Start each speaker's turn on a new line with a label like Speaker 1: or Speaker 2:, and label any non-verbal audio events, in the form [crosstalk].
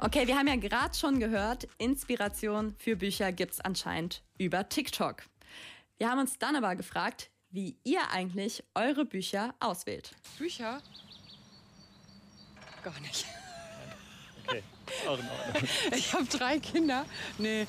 Speaker 1: Okay, wir haben ja gerade schon gehört, Inspiration für Bücher gibt's anscheinend über TikTok. Wir haben uns dann aber gefragt, wie ihr eigentlich eure Bücher auswählt.
Speaker 2: Bücher? Gar nicht. [laughs]
Speaker 3: Okay, auch in Ordnung.
Speaker 2: Ich habe drei Kinder. Nee.